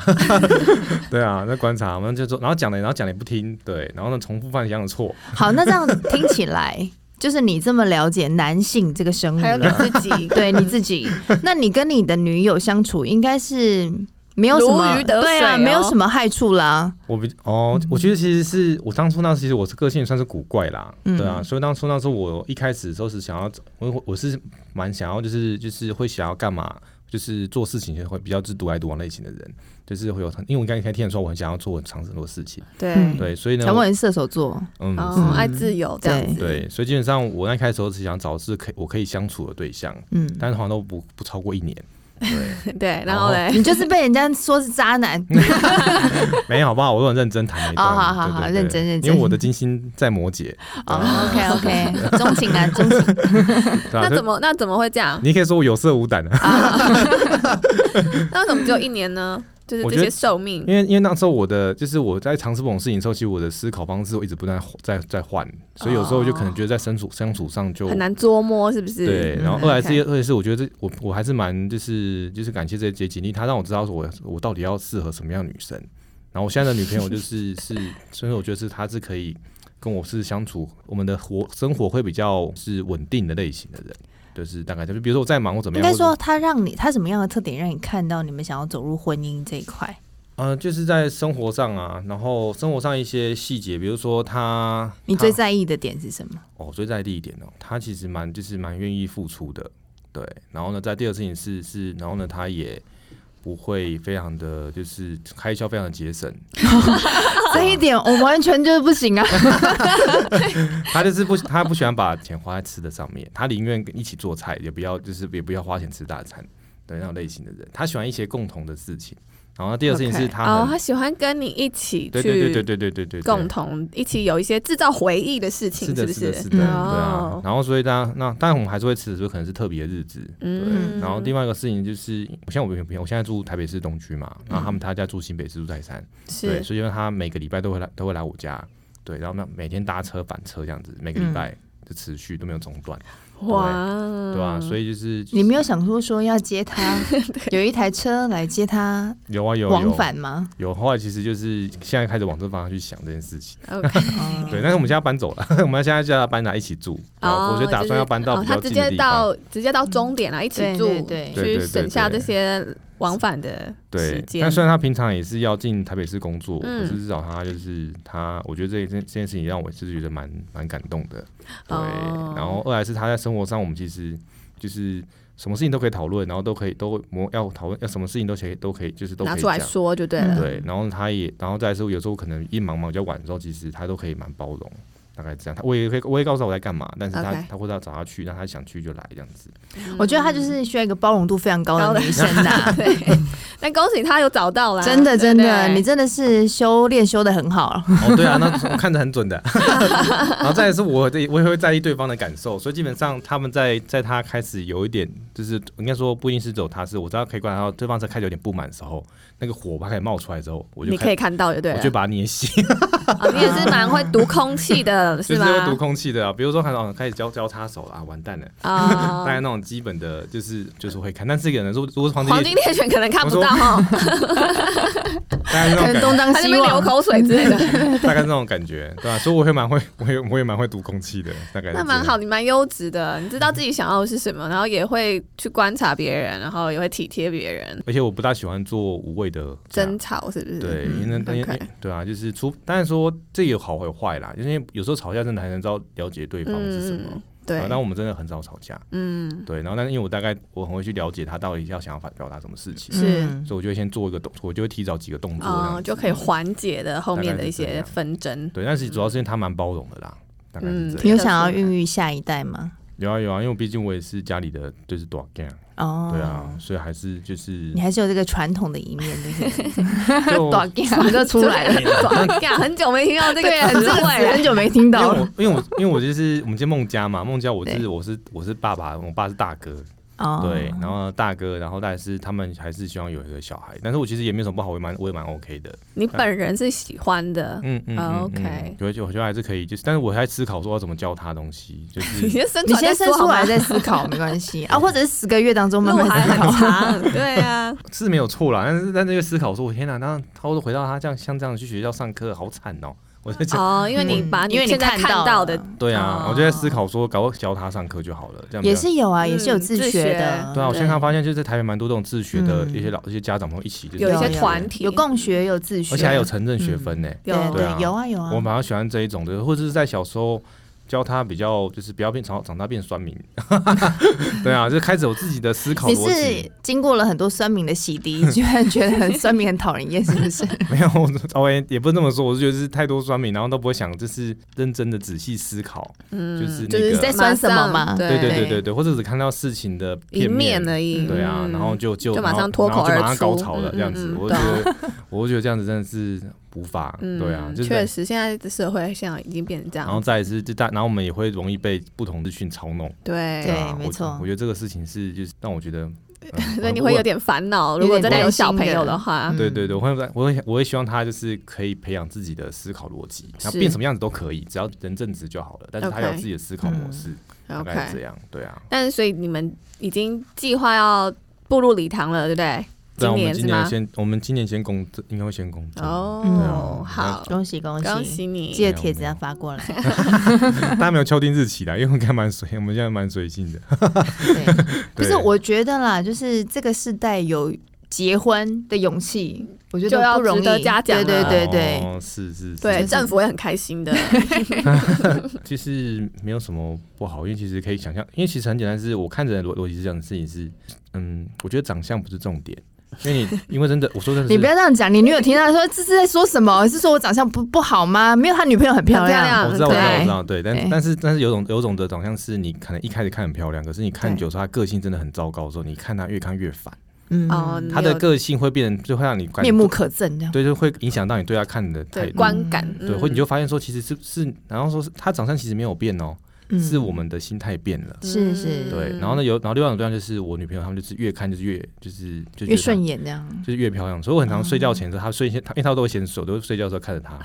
S3: 对啊，在观察，我们就说，然后讲了，然后讲了也不听，对，然后呢重复犯一样的错，
S1: 好，那这样听起来，就是你这么了解男性这个生物
S2: 还有你
S1: 了，
S2: 自己，
S1: 对你自己，那你跟你的女友相处应该是没有什么
S2: 如鱼得水
S1: 对啊，
S2: 哦
S1: 没有什么害处啦。
S3: 我比哦，我觉得其实是我当初那时其实我是个性也算是古怪啦，
S1: 嗯
S3: 对啊，所以当初那时候我一开始都是想要，我我是蛮想要就是就是会想要干嘛，就是做事情就会比较是独来独往类型的人，就是会有很，因为我刚才听的时候我很想要做很尝试很多事情，
S2: 对，
S1: 嗯
S3: 对，所以呢，
S1: 小
S3: 我
S1: 莫也是射手座，
S3: 嗯，
S2: 哦，
S1: 是
S2: 爱自由这样子。
S3: 对，所以基本上我那一开始都是想找是可以我可以相处的对象，
S1: 嗯，
S3: 但是好像都不不超过一年，
S2: 对然后嘞，
S1: 你就是被人家说是渣男，
S3: 没有好不好？我都很认真谈了一段，
S1: 哦好好
S3: 对对
S1: 好
S3: 对
S1: 认真认真
S3: 因为我的金星在摩 羯，
S1: 哦，OK OK，钟情啊，钟情，
S3: 对啊
S2: 那
S3: 所以
S2: 怎么那怎么会这 样？
S3: 你可以说我有色无胆啊，
S2: 那怎么只有一年 呢？就是
S3: 我
S2: 这
S3: 觉
S2: 些
S3: 得
S2: 寿命
S3: 因为因为那时候我的就是我在尝试不同事情的时候，其实我的思考方式我一直不断在在换，所以有时候就可
S1: 哦
S3: 能觉得在相处相处上就
S2: 很难捉摸，是不是？
S3: 对，
S1: 嗯
S3: 然后二来是
S2: OK
S3: 二来是我觉得这我我还是蛮就是就是感谢这些经历，他让我知道说我我到底要适合什么样的女生。然后我现在的女朋友就是是，所以我觉得是她是可以跟我是相处，我们的活生活会比较是稳定的类型的人，就是大概就是比如说我在忙或怎么
S1: 应该
S3: 样，或者
S1: 说他让你他什么样的特点让你看到你们想要走入婚姻这一块？
S3: 呃就是在生活上啊，然后生活上一些细节，比如说她
S1: 你最
S3: 她
S1: 在意的点是什么？
S3: 哦最在意的一点哦，她其实蛮就是蛮愿意付出的，对，然后呢，在第二个事情是是，然后呢，他也不会非常的就是开销非常的节省，
S1: 这一点我完全就是不行啊！
S3: 他就是不他不喜欢把钱花在吃的上面，他宁愿一起做菜，也不要就是也不要花钱吃大餐的那种类型的人，他喜欢一些共同的事情。然后第二个事情是
S1: OK
S3: 他
S2: 哦，
S3: 很
S2: 他喜欢跟你一起
S3: 对对对对
S2: 去
S3: 对对对对对
S2: 共同一起有一些制造回忆的事情，
S3: 是的，
S2: 不
S3: 是的，
S2: 是
S3: 是？的，对啊
S2: 哦。
S3: 然后所以大家那当然我们还是会吃的，就可能是特别日子，对。
S2: 嗯
S3: 然后另外一个事情就是，像我有朋友，我现在住台北市东区嘛，然后他们他家住新北市，住泰山，对，
S2: 嗯是
S3: 所以因为他每个礼拜都会来都会来我家，对，然后那每天搭车返车这样子，每个
S2: 嗯
S3: 礼拜就持续都没有中断，
S2: 哇，哦
S3: 对吧、
S2: 嗯
S3: 所以就是
S1: 你没有想说说要接 他，有一台车来接他
S3: 有啊有有
S1: 往返吗？
S3: 有，后来其实就是现在开始往这方向去想这件事情，
S2: OK，
S1: 哦
S2: 嗯
S3: 对。但是我们现在搬走了， 我们现在叫他搬来一起住，然后
S2: 哦，
S3: 我就打算要搬到
S2: 就是
S3: 比
S2: 哦
S3: 较
S2: 他直
S3: 近的
S2: 接
S3: 地方。嗯
S2: 到直接到终点啊，一起住，
S1: 对对
S3: 对
S2: 去省下这些往返的时
S3: 对，
S2: 间
S3: 但。虽然他平常也是要进台北市工作，
S2: 嗯
S3: 可是至少他就是他，我觉得这一件这件事情让我是觉得蛮蛮感动的。对，
S2: 哦
S3: 然后二来是他在生活上，我们其实就是什么事情都可以讨论，然后都可以都我要讨论要什么事情都可以都可以就是都可
S2: 拿
S3: 以嗯
S2: 出来
S3: 讲
S2: 说就对了。
S3: 对，然后他也，然后再来是有时候可能一忙忙比较晚的时候，其实他都可以蛮包容，大概这样。他我也会我也告诉他我在干嘛，但是他
S2: OK
S3: 他会要找他去，让他想去就来这样子。
S2: 嗯
S1: 我觉得她就是需要一个包容度非常高
S2: 高
S1: 的
S2: 的
S1: 女生 呐、
S2: 对，但恭喜他有找到啦，
S1: 真的
S2: 对
S1: 真
S2: 不
S1: 的，
S2: 对
S1: 你真的是修炼修的很 好。
S3: 哦，对啊，那我看着很准的。 然后再来是我的，我也会在意对方的感受，所以基本上他们在在他开始有一点，就是应该说不一定是走他是，我知道可以观察到对方在开始有点不满的时候，那个火把开始冒出来之后，我就
S2: 你可
S3: 开
S2: 以看到就对
S3: 我
S2: 了
S3: 就。把它捏熄，
S2: 哦你也是蛮会读空气的，
S3: 就是
S2: 吗？
S3: 会读空气的啊。比如说看到开始交交叉手了啊，完蛋了。
S2: 啊
S3: 大概那种基本的，就是就是会看，但是有人说，如果是 黄金
S2: 黄
S3: 猎
S2: 金
S3: 犬，
S2: 猎犬可能看不 到哈，
S3: 大概是那
S1: 可
S3: 种
S1: 能东张
S2: 他
S3: 感觉，
S2: 那
S1: 西
S2: 边流
S1: 望。
S2: 口水之类的，
S3: 大概是那种感觉，对吧、所以我会蛮会，我也我也蛮会读空气的，大概是
S2: 那
S3: 这
S2: 蛮
S3: 样
S2: 好，。你蛮优质的，你知道自己想要的是什么，然后也会去观察别人，然后也会体贴别人。
S3: 而且我不大喜欢做无谓的架
S2: 争吵是不是？
S3: 对，
S1: 嗯
S3: 因为那因为
S2: OK
S3: 对啊，就是出，当然说这有好有坏啦，因为有时候吵架真的还能知道了解对方是什么。
S2: 嗯，对
S3: 啊，但我们真的很少吵架，
S2: 嗯，
S3: 对。然后，但是因为我大概我很会去了解他到底要想要表达什么事情，
S2: 是
S1: 嗯
S3: 所以我就会先做一个动，我就会提早几个动作这样
S2: 哦，
S3: 子
S2: 就可以缓解的后面
S3: 大
S2: 的
S3: 概
S2: 一
S3: 是这
S2: 些
S3: 样
S2: 纷争。
S3: 对，但是主要是因为他蛮包容的啦，大概是这样。
S1: 你有想要孕育下一代吗？
S3: 有啊有啊，因为毕竟我也是家里的就是短 g a n
S1: 哦，
S3: 对啊，，所以还是就是
S1: 你还是有这个传统的一面，对不对？
S3: 就
S1: 短
S2: 啊
S1: gap 就出来 了，
S2: 呀，很久没听到这个
S1: 对，很
S2: 词啊
S1: 这个
S2: 汇
S1: 词
S2: 了
S1: 很久没听
S3: 因为
S1: 到
S3: 我
S1: 了。
S3: 因为我因为我就是我们叫孟家嘛，孟家我是
S1: 对
S3: 我是我是爸爸，我爸是大哥，
S2: 啊
S1: 哦
S3: 对，然后大哥，然后但是他们还是希望有一个小孩，但是我其实也没有什么不好，我也蛮我也蛮 OK 的，
S2: 你本人是喜欢的，
S3: 嗯嗯嗯嗯
S2: 哦，OK
S3: 我觉得我觉得还是可以，就是但是我还在思考说要怎么教他东西，就
S2: 你
S3: 是
S2: 先生
S1: 你先
S2: 生
S1: 生出来再思考，没关 系啊，或者是十个月当中慢
S2: 路
S1: 慢
S2: 还
S1: 思
S2: 很
S1: 考。
S2: 长，对啊，
S3: 是没有错啦，但是但是就思考说，我天哪，那他都回到他这样像这样去学校上课，好惨哦，我在想。
S2: 哦，因为你
S1: 嗯
S2: 把你
S1: 因为你
S2: 现在
S1: 看
S2: 看
S1: 到
S2: 到的
S1: 了
S3: 对啊，
S2: 哦
S3: 我就在思考说，搞不好教他上课就好了，这样比较
S1: 也是有啊，
S2: 嗯
S1: 也是有自学
S2: 自
S1: 的，
S2: 学
S3: 对啊，我
S2: 对
S3: 现在发现就是在台北蛮多这种自学的
S1: 嗯
S3: 一些老一些家长们会一起就是
S2: 有一
S1: 有
S2: 些
S1: 有
S2: 团啊体
S1: 有共学，有自学，
S3: 而且还有承认学分呢。
S1: 对
S2: 有
S3: 对
S1: 对
S3: 啊，
S1: 有啊有啊
S3: 我。蛮喜欢这一种的，或者是在小时候教他比较就是不要变长长大变酸民， 对啊，就开始有自己的思考
S1: 你
S3: 逻
S1: 是
S3: 辑。
S1: 经过了很多酸民的洗 涤，居然觉得很酸民很讨人厌，是不是？
S3: 没有，我稍微也不是这么说，我是觉得是太多酸民，然后都不会想就是认真的仔细思考，
S2: 嗯
S3: 就是那
S1: 就是
S3: 个
S1: 在酸什么嘛
S2: 马上
S3: 对对
S1: 对
S3: 对对对，或者只看到事情的
S2: 一
S3: 片
S2: 面而已。嗯
S3: 对啊，然后就就
S2: 就马
S3: 然后
S2: 上脱口
S3: 然后就马
S2: 而
S3: 上
S2: 出
S3: 高潮了这样
S2: 嗯
S3: 子
S2: 嗯，嗯
S3: 我就
S2: 对
S3: 觉
S2: 啊
S3: 得，我就觉得这样子真的是无法，
S2: 嗯
S3: 对啊，就是
S2: 确
S3: 在。
S2: 实，现啊在的社会现在已经变成这
S3: 然后
S2: 样，
S3: 再一次，就大，然后我们也会容易被不同资讯操弄，
S1: 对
S2: 对，
S3: 啊
S1: 没
S3: 我
S1: 错
S3: 我觉得这个事情是就是让我觉得， 嗯
S2: 所以你会有，点烦恼。如果真的有小朋友的话
S3: 我
S1: 嗯，
S3: 对对对，我会我会我会希望他就是可以培养自己的思考逻辑，他
S2: 是
S3: 变什么样子都可以，只要人正直就好了。但是他
S2: OK 嗯
S3: 有自己的思考模式，大概是这
S2: OK。
S3: 样，对啊。
S2: 但是，所以你们已经计划要步入礼堂了，对不对？
S3: 对啊，我们
S2: 年
S3: 今
S2: 是
S3: 年
S2: 吗？
S3: 先，我们今年先公，应该会先嗯啊公证。
S2: 哦，好，
S1: 恭喜恭喜
S2: 恭喜你
S1: 记！得帖子要发过来。
S3: 大家没有敲定日期啦，因为我们还蛮随，我们现在蛮随性的。
S1: 对，不是，
S3: 对
S1: 我觉得啦，就是这个世代有结婚的勇气，我觉
S2: 就
S1: 得
S2: 要
S1: 不容
S2: 值得
S1: 易。
S2: 嘉奖啊
S1: 对对对对，
S3: 哦，是是是，
S2: 对，
S1: 就是
S2: 政府也很开心的。
S3: 其实没有什么不好，因为其实可以想象，因为其实很简单，是我看着逻逻辑是这样的事情是，嗯，我觉得长相不是重 点，因为你因为真的，我说真的是，
S1: 你不要这样讲，你女友听到说这是在说什么？是说我长相不不好吗？没有，他女朋友很漂
S2: 很漂亮
S1: 亮。
S3: 我知道，我
S1: 很
S3: 知
S1: 可
S3: 道，
S1: 爱
S3: 我知道，对，
S1: 对
S3: 但但是但是有种有种的长相是你可能一开始看很漂亮，可是你看
S1: 对
S3: 久之后，她个性真的很糟糕的时候，你看她越看越烦，
S1: 嗯，
S2: 哦，你
S3: 她的
S2: 有
S3: 个性会变成就会让你感
S1: 面目可憎这样。
S3: 对，就会影响到你对她看的态
S2: 对
S3: 度，
S2: 观感，
S3: 对，
S2: 嗯
S3: 或你就发现说其实是是，然后说是她长相其实没有变哦，
S1: 嗯
S3: 是我们的心态变了。
S1: 是是
S3: 对，然后
S1: 嗯
S3: 呢有，然后另外一种对象就是我女朋友，她们就是越看就是越就是就觉得
S1: 越
S3: 她
S1: 顺眼这哦样。
S3: 就是越漂亮，所以我很常睡觉前的时候，她睡前，她因为她都会先睡，我都会睡觉的时候看着她，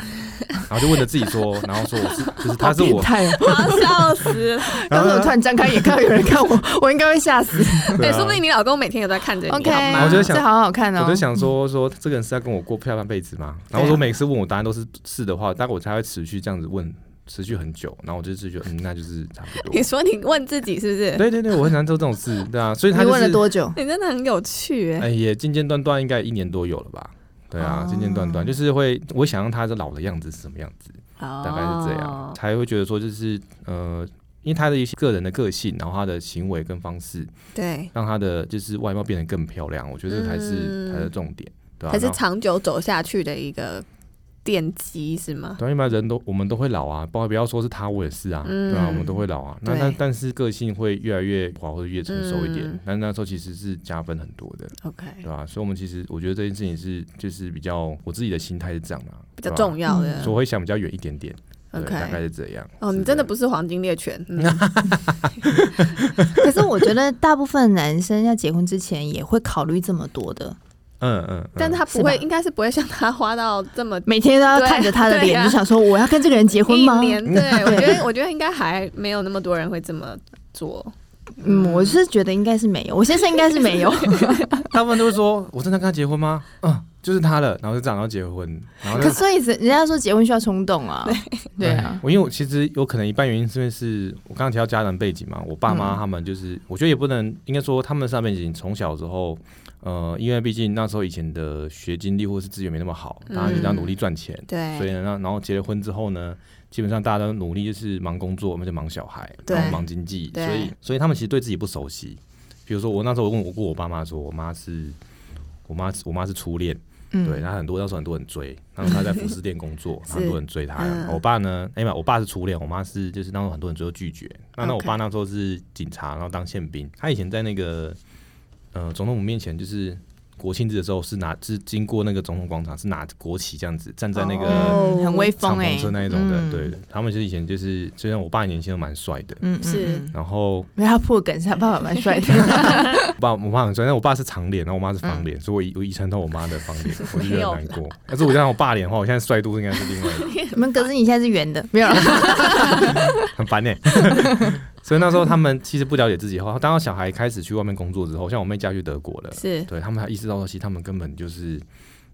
S3: 然后就问着自己说，然后说我是就是她是我，
S1: 太，
S2: 啊笑 死了！
S1: 要是我突然张开眼看到有人看我， 我应该会吓死。
S3: 对
S2: 对，
S3: 啊
S2: 说不定你老公每天有在看着你
S1: OK，
S2: 好吗
S3: 我就想
S1: 这好好看哦。
S3: 我就想说说这个人是要跟我过下半辈子吗？然后
S1: 对啊
S3: 我每次问我答案都是是的话，但我才会持续这样子问，持续很久，然后我就是觉得嗯，那就是差不
S2: 你
S3: 多。
S2: 说你问自己是不是？
S3: 对对对，我很难做这种事，对啊，所以他
S1: 你
S3: 就
S1: 问了
S3: 是
S1: 多久？
S2: 你真的很有趣哎、
S3: 哎也渐渐断断，应该一年多有了吧。对啊，
S1: 哦
S3: 渐渐断断，就是会，我想让他的老的样子是什么样子，
S2: 哦
S3: 哎大概是这样，才会觉得说，就是呃，因为他的一些个人的个性，然后他的行为跟方式，
S2: 对，
S3: 让他的就是外貌变得更漂亮，我觉得这才是
S2: 嗯
S3: 他的重点，对吧、啊？
S2: 还是
S3: 然后
S2: 长久走下去的一个奠基是吗？
S3: 对啊，一般人都我们都会老啊，不不要说是他，我也是啊，
S2: 嗯
S3: 对啊，我们都会老啊。那
S2: 对
S3: 但但是个性会越来越滑，或者越成熟一点
S2: 嗯。
S3: 那、那时候其实是加分很多的，
S2: OK，
S3: 对啊吧、所以我们其实我觉得这件事情是就是比较我自己的心态是这样啊，
S2: 比较
S3: 对吧，
S2: 重要的
S1: 嗯。
S3: 所以我会想比较远一点点。对
S2: OK
S3: 大概是这样。
S2: 哦，
S3: 是
S2: 你真的不是黄金猎犬， 嗯
S1: 可是我觉得大部分男生要结婚之前也会考虑这么多的，
S3: 嗯嗯，嗯
S2: 但是他
S1: 是
S2: 不
S1: 吧
S2: 会，应该是不会像他花到这么
S1: 每天都要看着他的
S2: 对
S1: 脸，
S2: 啊
S1: 就想说我要跟这个人结婚
S2: 一
S1: 吗？
S2: 年。 对，我觉得我觉得应该还没有那么多人会这么做。
S1: 嗯，我是觉得应该是没有，我先生应该是 没有。
S3: 大部分都会说，我真的跟他结婚吗？嗯，就是他了，然后就这样，然后结婚，然后
S1: 可
S3: 就。
S1: 所以人家说结婚需要冲动啊，对啊
S3: 哎，我因为我其实有可能一半原因是因为是我刚刚提到家人背景嘛，我爸妈
S1: 嗯
S3: 他们就是，我觉得也不能应该说他们上背景从小之后，呃，因为毕竟那时候以前的学经历或是资源没那么好，
S2: 嗯
S3: 大家就要努力赚钱，
S2: 对
S3: 所以呢，那然后结了婚之后呢，基本上大家都努力就是忙工作，我们就忙小孩，
S2: 对
S3: 然后忙经济，
S2: 对
S3: 所以所以他们其实对自己不熟悉。比如说我那时候我问我问我爸妈说，我妈是。我妈我妈是初恋，对，
S1: 嗯，
S3: 然后很多那时候很多人追，然后她在服饰店 工作，然后很多人追她。
S2: 嗯
S3: 然后我爸呢，哎呀，我爸是初恋，我妈是就是那时候很多人追都拒绝。那那我
S2: OK
S3: 爸那时候是警察，然后当宪兵。他以前在那个呃总统府面前，就是国庆日的时候是拿是经过那个总统广场，是拿着国旗这样子站在那个
S1: 嗯很威
S3: 敞
S1: 风哎
S3: 篷，车那一种的。
S1: 嗯
S3: 对，他们就是以前就是，虽然我爸年轻都蛮帅的，
S1: 嗯，嗯
S2: 是
S1: 嗯
S3: 然后
S1: 因为他破梗是他爸爸蛮帅的，
S3: 我爸我妈很帅，但我爸是长脸，然后我妈是方
S1: 嗯
S3: 脸，所以我遗我遗传到我妈的方脸，我就觉得很难过。但是我让我爸脸的话，我现在帅度应该是另外一个，
S1: 你们可是你现在是圆的，没有啦，
S3: 很烦呢、 所以那时候他们其实不了解自己后，当小孩开始去外面工作之后，像我妹嫁去德国了，
S2: 是，
S3: 对他们才意识到说，其实他们根本就是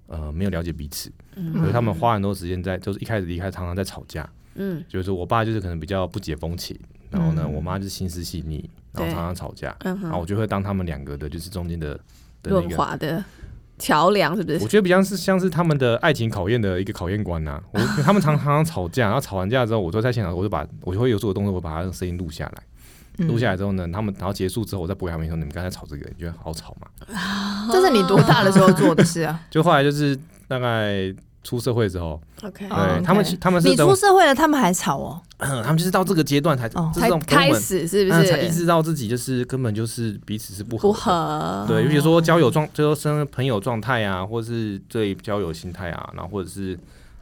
S3: 呃没有了解彼此，所以
S2: 嗯
S3: 他们花很多时间在，就是一开始离开常常在吵架，
S2: 嗯
S3: 就是我爸就是可能比较不解风情，然后呢，
S1: 嗯
S3: 我妈就是心思细腻，然后
S2: 对
S3: 常常吵架，
S2: 嗯
S3: 然后我
S2: 哼，
S3: 就会当他们两个的就是中间的的那
S2: 润
S3: 个
S2: 滑的桥梁是不
S3: 我
S2: 是？
S3: 觉得比较是像是他们的爱情考验的一个考验官呐、 我他们常常常吵架，然后吵完架之后，我都在现场，我就把我就会有做的动作，我把他的声音录下来。
S1: 嗯
S3: 录下来之后呢，他们然后结束之后，我再播给他们说：“你们刚才吵这个，你觉得好吵吗
S1: 这是你多大的时候做的事啊？”？
S3: 就后来就是大概出社会之后，
S2: OK，
S1: 哦
S3: 对
S1: OK
S3: 他们其他们是
S1: 你
S3: 等
S1: 出社会了，他们还吵哦，
S3: 他们就是到这个阶段才
S1: 哦
S3: 这
S2: 才
S3: 种
S2: 开
S3: 根本
S2: 始是不
S3: 嗯才意
S2: 是？
S3: 识到自己就是根本就是彼此是不合
S2: 不
S3: 的。
S2: 合，
S1: 哦
S3: 对，比如说交友状，就是生朋友状态啊，或是对交友心态啊，然后或者是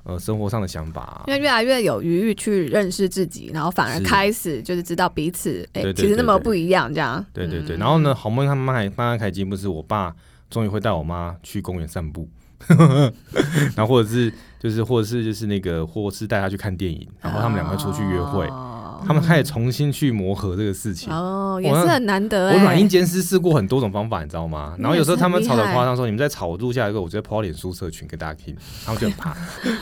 S3: 呃生活上的想法、啊
S2: 因，为越来越有余裕去认识自己，然后反而
S3: 是
S2: 开始就是知道彼此，哎、
S3: 对对
S2: 其实那么
S3: 对对
S2: 不一样，这样。
S3: 对对对，
S2: 嗯
S3: 然后呢，好梦他们还慢慢开始进步，是我爸终于会带我妈去公园散步， 然后或者是就是或者是就是那个或是带她去看电影，然后他们两个出去约会，
S2: 哦
S3: 他们开始重新去磨合这个事情。
S2: 哦，也
S3: 我
S2: 是
S3: 那
S2: 很难得、
S3: 我
S2: 哎
S3: 软硬兼施试过很多种方法，你知道吗？然后有时候他们吵
S2: 嗯那也是
S3: 得
S2: 很厉害
S3: 夸张，说你们在吵，我录下来一个，我直接抛到脸书社群给大家听，他们就 很怕。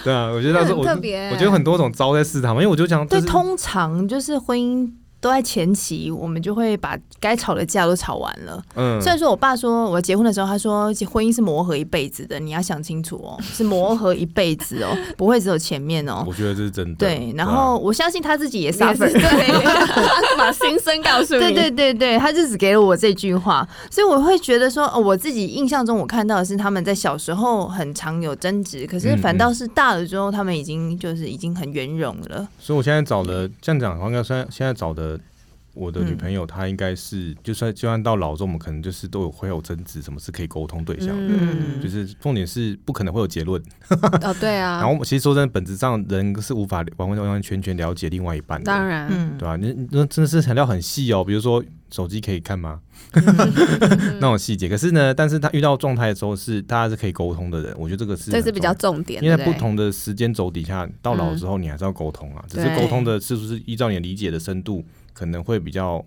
S3: 对啊，我觉得那时候我
S2: 那很特别
S3: 我觉得很多种招在试他们，因为我就想，
S1: 对
S3: 这，是
S1: 通常就是婚姻都在前期，我们就会把该吵的架都吵完了。
S3: 嗯，
S1: 虽然说我爸说我结婚的时候，他说婚姻是磨合一辈子的，你要想清楚哦，是磨合一辈子哦，不会只有前面哦。
S3: 我觉得这是真的。
S1: 对，然
S3: 啊
S1: 后我相信他自己也
S2: 也是
S1: suffer，
S2: 对，把心声告诉你。
S1: 对对对对，他就只给了我这句话，所以我会觉得说，哦我自己印象中我看到的是他们在小时候很常有争执，可是
S3: 嗯
S1: 反
S3: 嗯
S1: 倒是大了之后，他们已经就是已经很圆融了。
S3: 所以我现在找
S2: 嗯
S3: 的，这样讲的话，应该算现在找的我的女
S1: 嗯
S3: 朋友，她应该
S2: 嗯
S3: 是就算就算到老之后，我们可能就是都有会有争执，什么是可以沟通对象的。
S1: 嗯
S3: 就是重点是不可能会有结论，
S2: 哦，对啊
S3: 然，后其实说真的，本质上人是无法完完完全全了解另外一半的，
S2: 当然，
S1: 嗯
S3: 对，吧、那那真的是材料很细哦，比如说手机可以看吗？
S2: 嗯
S3: 那种细节。可是呢，但是他遇到状态的时候是大家是可以沟通的人，我觉得这个是
S2: 这
S3: 很
S2: 是比
S3: 重要
S2: 较重点，
S3: 因为在
S2: 对
S3: 不
S2: 对
S3: 同的时间轴底下，到老之后你还是要沟通啊，只是
S2: 对
S3: 沟通的次数是依照你的理解的深度，可能会比较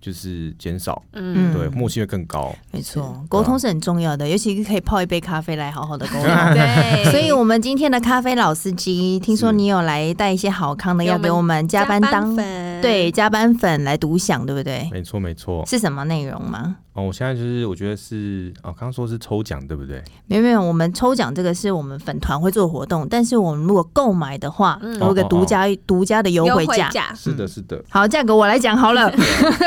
S3: 就是减少，
S2: 嗯，
S3: 对，默契会更高。
S1: 没
S3: 啊
S1: 错，沟通是很重要的，尤其是可以泡一杯咖啡来好好的沟通。
S2: 对，
S1: 嗯 所以，我们今天的咖啡老司机，听说
S3: 是
S1: 你有来带一些好康的，
S2: 给
S1: 要
S2: 我们
S1: 给我们加班当
S2: 粉
S1: 对加班粉来独享，对不对？
S3: 没错，没错。
S1: 是什么内容吗？
S3: 哦，我现在就是我觉得是哦，刚刚说是抽奖，对不
S2: 嗯
S3: 对？
S1: 没有没有，我们抽奖这个是我们粉团会做活动，但是我们如果购买的话，
S2: 嗯
S1: 有一个独
S3: 哦
S1: 家独家的优
S2: 优
S1: 惠
S2: 惠
S1: 价。
S2: 价，
S3: 是的，是的。
S1: 好，价格我来讲好 了，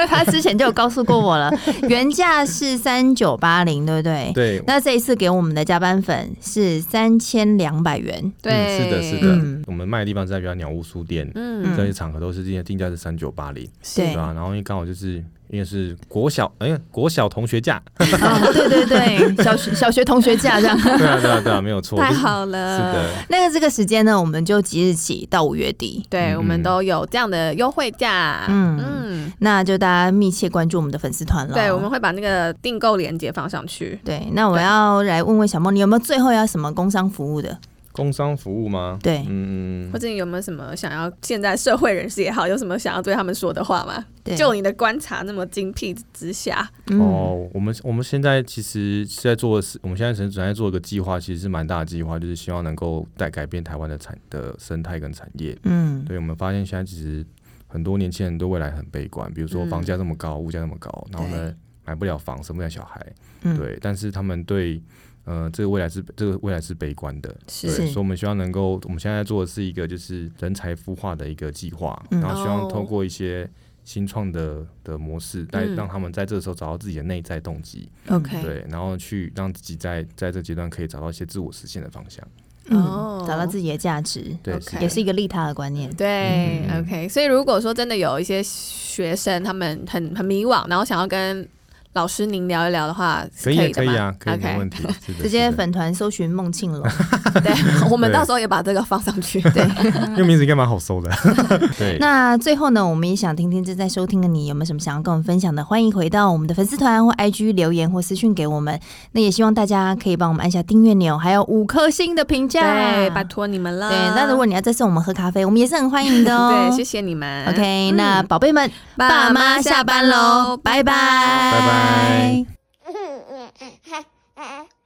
S1: 他之前就有告诉过我了，原价是三九八零，对不对？
S3: 对，嗯
S1: 那这一次给我们的加班粉是三千两百元，
S2: 对，
S3: 嗯是的是的
S1: 嗯
S3: 我们卖的地方是在比较鸟屋书店。
S2: 嗯，
S3: 这些场合都是定价定价是三九八零，
S1: 对
S3: 对吧、然后因为刚好就是因为是国小，哎、呀，国小同学价，
S1: 啊，对对 对，小学小学同学价这样。
S3: 对啊，对啊，对啊，没有错，
S2: 太
S3: 就是
S2: 好
S3: 是
S2: 了，
S3: 的，
S1: 那个这个时间呢，我们就即日起到五月底，
S2: 对，
S3: 嗯
S2: 我们都有这样的优惠价，
S1: 嗯，
S2: 嗯，
S1: 那就大家密切关注我们的粉丝团了。
S2: 对，我们会把那个订购链接放上去。
S1: 对，那我要来问问小梦，你有没有最后要什么工商服务的？
S3: 工商服务吗？
S1: 对
S3: 嗯，嗯嗯
S2: 或者你有没有什么想要现在社会人士也好，有什么想要对他们说的话吗？
S1: 对，
S2: 就你的观察那么精辟之下，
S1: 嗯
S3: 哦，我们我们现在其实是在做的是，我们现在正正在做一个计划，其实是蛮大的计划，就是希望能够带改变台湾的产的生态跟产业。
S1: 嗯，
S3: 对，我们发现现在其实很多年轻人对未来很悲观，比如说
S2: 嗯
S3: 房价这么高，物价那么高，然后呢买不了房，生不了小孩，
S1: 嗯，
S3: 对，但是他们对呃这个未来是这个未来是悲观的，对，
S1: 是
S3: 所以我们希望能够，我们现在在做的是一个就是人才孵化的一个计划，
S1: 嗯
S3: 然后希望
S2: 哦
S3: 透过一些新创的的模式，来
S2: 嗯
S3: 让他们在这个时候找到自己的内在动机，
S1: ，OK，
S3: 对，然后去让自己在在这阶段可以找到一些自我实现的方向，
S1: 嗯
S2: 哦，
S1: 找到自己的价值，
S3: 对
S2: OK
S1: 也是一个利他的观念。
S2: 对、
S3: 嗯
S2: o k 所以如果说真的有一些学生他们很很迷惘，然后想要跟老师您聊一聊的话，是
S3: 可以啊
S2: 的
S3: 可以
S2: 吗
S3: 啊，可以没
S2: OK
S3: 问题，是的
S1: 直接
S3: 是的
S1: 粉团搜寻孟庆龙，
S2: 对，我们
S3: 对
S2: 到时候也把这个放上去。
S1: 对。
S3: 因为名字应该蛮好搜的， 对，
S1: 那最后呢，我们也想听听正在收听的你有没有什么想要跟我们分享的，欢迎回到我们的粉丝团或 IG 留言或私讯给我们。那也希望大家可以帮我们按下订阅钮，还有五颗星的评价。
S2: 对，拜托你们了。
S1: 对，那如果你要再送我们喝咖啡，我们也是很欢迎的哦。
S2: 对，谢谢你们。
S1: OK，、
S2: 嗯
S1: 那宝贝们，爸妈下班喽，拜拜，
S3: 拜拜。
S4: 嗯嗯嗯嗯，哈啊。